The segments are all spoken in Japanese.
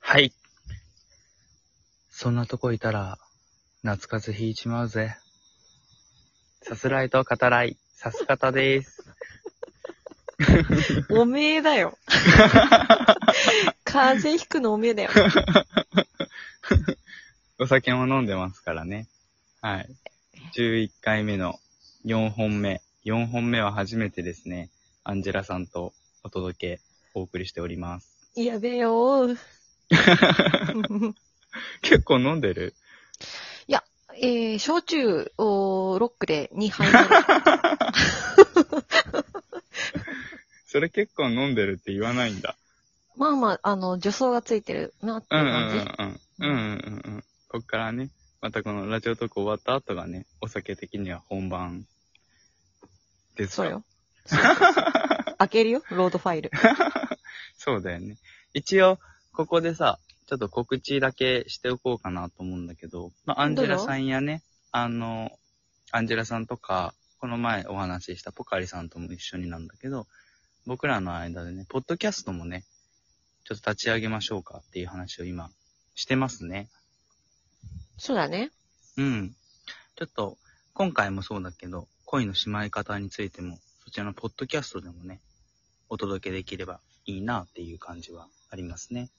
はい。そんなとこいたら、夏風邪ひいちまうぜ。さすらいと語らい、さす方です。おめえだ よ。風邪ひくのおめえだよ。お酒も飲んでますからね。はい。11回目の4本目。4本目は初めてですね。アンジェラさんとお届け、お送りしております。やべえ よー。結構飲んでるえー、焼酎をロックで2杯 目。それ結構飲んでるって言わないんだ。まあまあ、あの、女装がついてるなってういんううんう感じ。んうん。うんうんうんうん。こっからね、またこのラジオトーク終わった後がね、お酒的には本番ですそかうら よ。開けるよ、ロードファイル。そうだよね。一応、ここでさ、ちょっと告知だけしておこうかなと思うんだけど、まあ、アンジェラさんやね、あの、アンジェラさんとか、この前お話ししたポカリさんとも一緒になんだけど、僕らの間でね、ポッドキャストもね、ちょっと立ち上げましょうかっていう話を今、してますね。そうだね。うん。ちょっと、今回もそうだけど、恋のしまい方についても、そちらのポッドキャストでもね、お届けできればいいなっていう感じはありますね。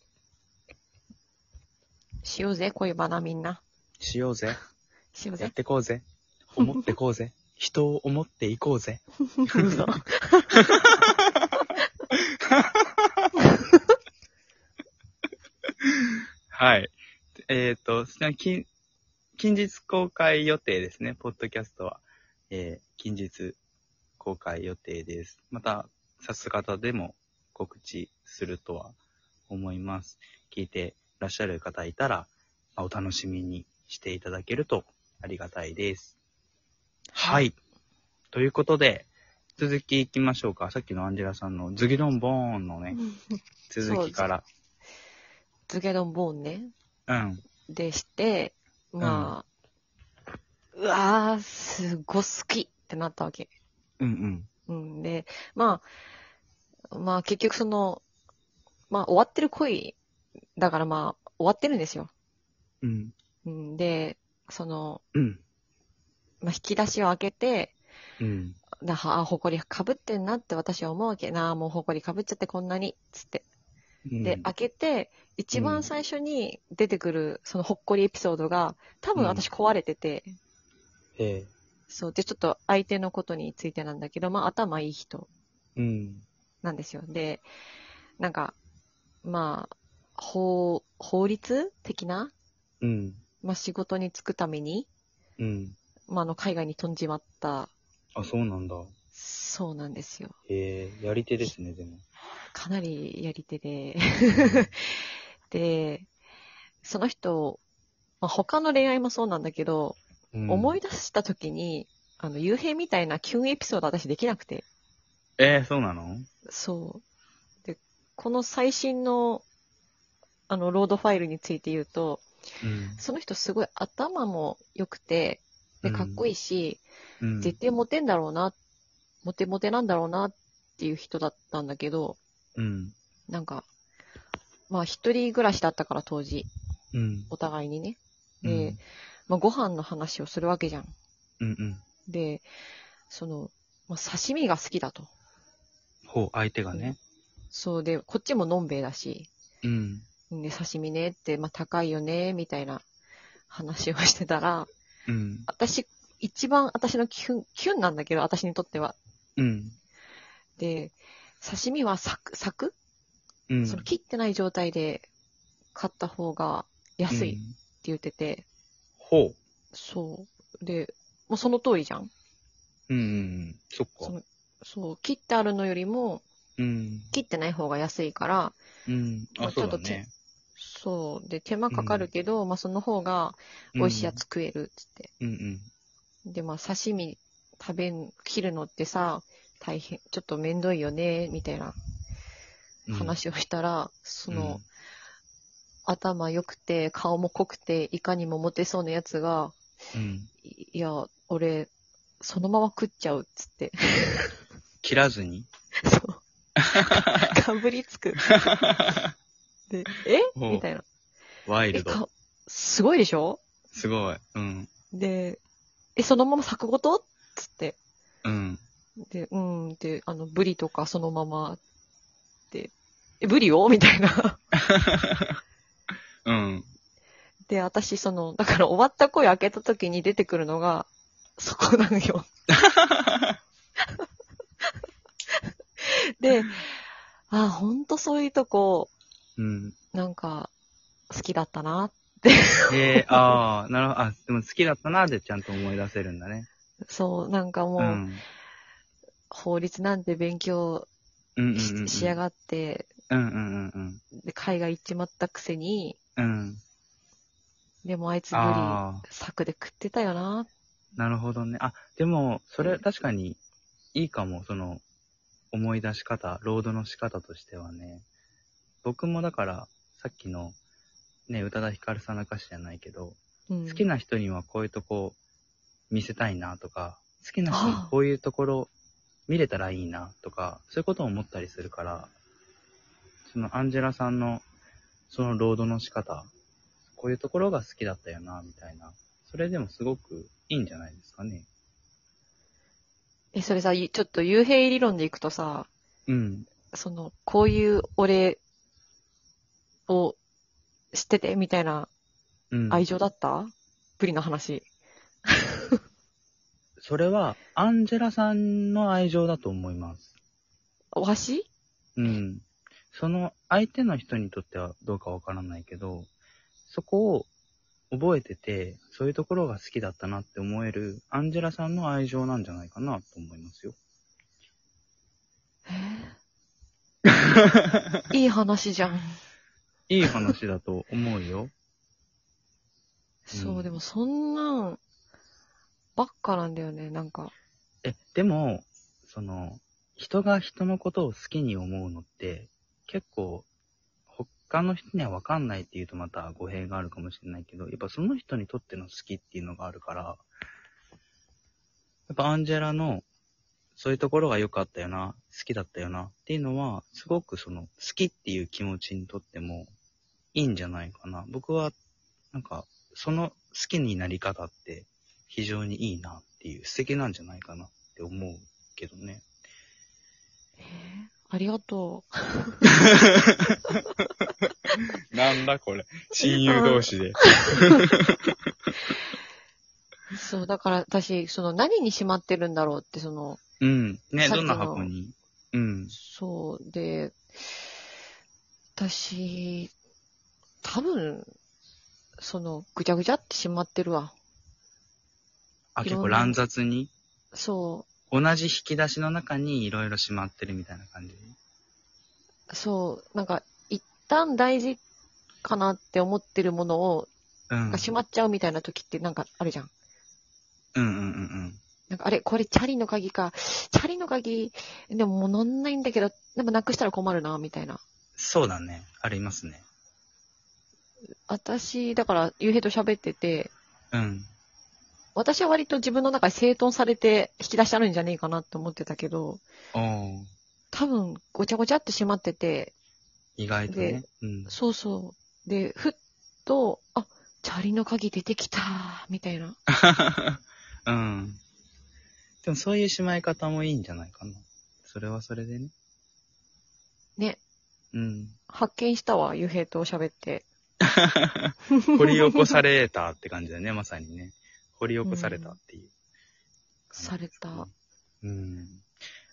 しようぜ、恋バナみんな。しようぜ。しようやっぜ。てこうぜ。思ってこうぜ。人を思っていこうぜ。 嘘はい。えっ、と、そちら近、近日公開予定ですね、ポッドキャストは。えー近日公開予定です。また、さす方でも告知するとは思います。聞いてらっしゃる方いたら、まあお楽しみにしていただけるとありがたいです。はい。ということで、続きいきましょうか。さっきのアンジェラさんのズギドンボーンのね、続きから。ズゲドンボーンね。うん。でして、まあ、うわー、すご好きってなったわけ。うんうん。うんで、まあ、まあ結局その、まあ終わってる恋、だからまあ終わってるんですよ。うん。うんで、その、うん。まあ引き出しを開けて、うん。だはあ、ほこりかぶってんなって私は思うわけ。なあ、もうほこりかぶっちゃってこんなに、つって。で、開けて、一うん番最初に出てくる、そのほっこりエピソードが、多分私壊れてて、えそう。で、ちょっと相手のことについてなんだけど、まあ、頭いい人え。うん。なんですよ。で、なんか、まあ、法、法律的な、うん。まあ、仕事に就くために、うん。まあ、あの、海外に飛んじまった、あ、そうなんだ。そうなんですよ。へえ、やり手ですね、で も。かなりやり手で、 で、その人、まあ、他の恋愛もそうなんだけど、うん思い出した時に、あの、幽閉みたいなキュンエピソード私できなくて、ええ、そうなのそう。で、この最新の、あの、ロードファイルについて言うと、うんその人すごい頭も良くて、で、かっこいいし、うん。絶対モテんだろうな、モテモテなんだろうなっていう人だったんだけど、うん。なんか、まあ一人暮らしだったから当時、うん。お互いにね。うんで、まあご飯の話をするわけじゃん。うんうん。で、その、まあ刺身が好きだと。ほう、相手がね。そうで、こっちものんべえだし、うん。ね、刺身ねって、まあ、高いよね、みたいな話をしてたら、うん。私、一番私のキュン、キュンなんだけど、私にとっては。うん。で、刺身はサク、サク、うん。その切ってない状態で買った方が安いってうん言ってて、ほそう。で、もうその通りじゃん。う。うんうんうん。そっそか。のそう、切ってあるのよりも、うん。切ってない方が安いから、うん。まあ、あちそょうっとだね。そう。で、手間かかるけど、まあ、その方が美味しいやつ食える、つって。うん。うんで、まあ、刺身食べん、切るのってさ、大変、ちょっとめんどいよね、みたいなうん。話をしたら、そうん、の、頭良くて、顔も濃くて、いかにもモテそうなやつが、うん。いいや、俺、そのまま食っちゃう、っつって。 切らずに。そう。かぶりつく。で、えおうみたいな。ワイえ、ルド。か、すごいでしょすごい。うん。で、え、そのまま柵ごとつって。うん。で、うん、で、あの、ブリとかそのまま、で、え、ブリをみたいな。うん。で、私、その、だから終わった声開けた時に出てくるのが、そこなのよ。で、あ、ほんとそういうとこ、うん。なんか、好きだったな。えー、ああ、なるほど。あ、でも好きだったなってちゃんと思い出せるんだね。そう、なんかもうう、ん。法律なんて勉強うんうんし,、うんうん。しやがって、うんうんうんで、海外行っちまったくせに、うん。うん。でもあいつブリ、ああ、柵で食ってたよな。なるほどね。あ、でも、それうん確かにいいかも、その、思い出し方、ロードの仕方としてはね。僕もだから、さっきの、ね、宇多田ヒカルさんの歌詞じゃないけど、うん、好きな人にはこういうとこ見せたいなとか、好きな人にこういうところ見れたらいいなとか、そういうことを思ったりするから、そのアンジェラさんのそのロードの仕方、こういうところが好きだったよな、みたいな。それでもすごくいいんじゃないですかね。え、それさ、いちょっと幽閉理論でいくとさ、うん。その、こういう俺を知っててみたいなうん。愛情だった、ブリの話。それはアンジェラさんの愛情だと思います。お箸うん。その相手の人にとってはどうかわからないけど、そこを覚えてて、そういうところが好きだったなって思えるアンジェラさんの愛情なんじゃないかなと思いますよ。 いい話じゃん。いい話だと思うよ。そうう、んでもそんなん、ばっかなんだよね、なんか。え、でも、その、人が人のことを好きに思うのって、結構、他の人には分かんないっていうとまた語弊があるかもしれないけど、やっぱその人にとっての好きっていうのがあるから、やっぱアンジェラの、そういうところが良かったよな、好きだったよなっていうのは、すごくその、好きっていう気持ちにとっても、いいんじゃないかな。僕は、なんか、その好きになり方って、非常にいいなっていう、素敵なんじゃないかなって思うけどね。えーありがとう。なんだこれ。親友同士で。そう、だから私、その何にしまってるんだろうって、その、うん。ね、さどっきんのな箱に。うん。そう、で、私、多分、その、ぐちゃぐちゃってしまってるわ。あ、いろ結んな構乱雑に。そ同じ引き出しの中にいろいろしまってるみたいな感じ。う、そう、なんか、一旦大事かなって思ってるものを、うん。がしまっちゃうみたいな時ってなんかあるじゃん。うんうんうんなんか、あれ、これチャリの鍵か。チャリの鍵、でももう乗んないんだけど、でもなくしたら困るな、みたいな。そうだね。ありますね。私、だから、ゆうへいと喋ってて、うん。私は割と自分の中で整頓されて引き出してあるんじゃねえかなって思ってたけど、おー。多分、ごちゃごちゃってしまってて、意外とね。うん。 そうそう。で、ふっと、あ、チャリの鍵出てきた、みたいな。うん。でもそういうしまい方もいいんじゃないかな。それはそれでね。ね。うん。発見したわ、ゆうへいと喋って。掘り起こされたって感じだよね、まさにね。掘り起こされたっていう。された。うん。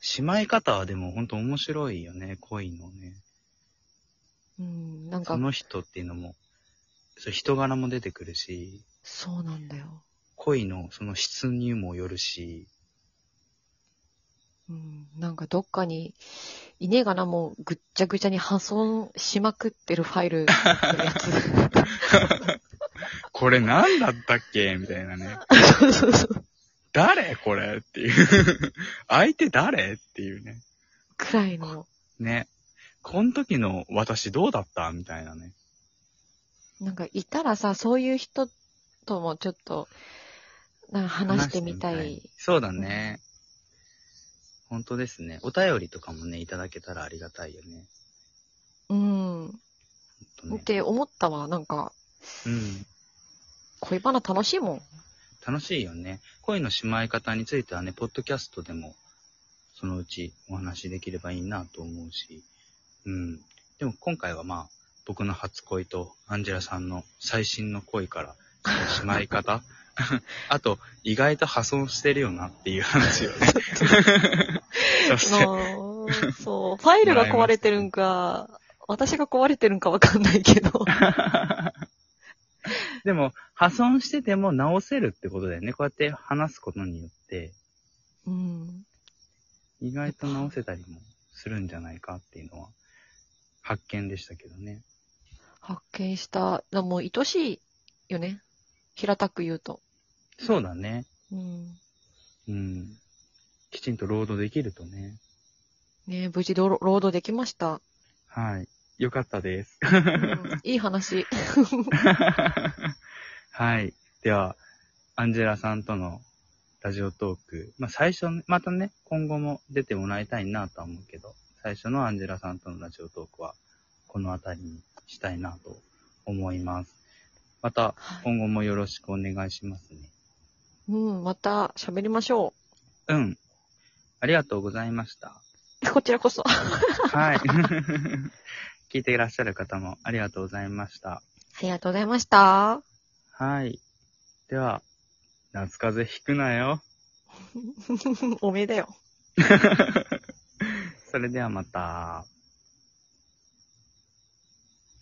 しまい方はでも本当面白いよね、恋のね。うん、なんそか、の人っていうのも、そう人柄も出てくるし、そうなんだよ。恋のその質にもよるし、うん、なんかどっかに、いねえかな、もうぐっちゃぐちゃに破損しまくってるファイルのやつ。これ何だったっけみたいなね。そうそうそう。誰これっていう。 相手誰っていうね。 くらいの、ね。この時の私どうだったみたいなね。なんかいたらさ、そういう人ともちょっと、なんか話してみたい。そうだね。本当ですね。お便りとかもね、いただけたらありがたいよね。うん。ね。って思ったわ、なんか、うん。恋バナ楽しいもん。楽しいよね。恋のしまい方についてはね、ポッドキャストでも、そのうちお話しできればいいなと思うし、うん。でも今回はまあ、僕の初恋とアンジェラさんの最新の恋から、そのしまい方あと、意外と破損してるよなっていう話をね。そして、のそう、ファイルが壊れてるんか、 私が壊れてるんかわかんないけど。 でも、破損してても直せるってことだよね。こうやって話すことによって、うん。意外と直せたりもするんじゃないかっていうのは、発見でしたけどね。発見した。だもう愛しいよね。平たく言うと。そうだね。うん。うん。きちんと労働できるとね。ね無事労労働できました。はい。よかったです。うんいい話。 はい。では、アンジェラさんとのラジオトーク。まあ、最初の、またね、今後も出てもらいたいなとは思うけど、最初のアンジェラさんとのラジオトークは、この辺りにしたいなと思います。また、今後もよろしくお願いしますね。うん、また喋りましょうん。ありがとうございました。う。こちらこそ。あはい。 聞いていらっしゃる方もありがとうございました。りがとうございました。はい。では、夏風邪ひくなよ。 おめえだよ。それではまた。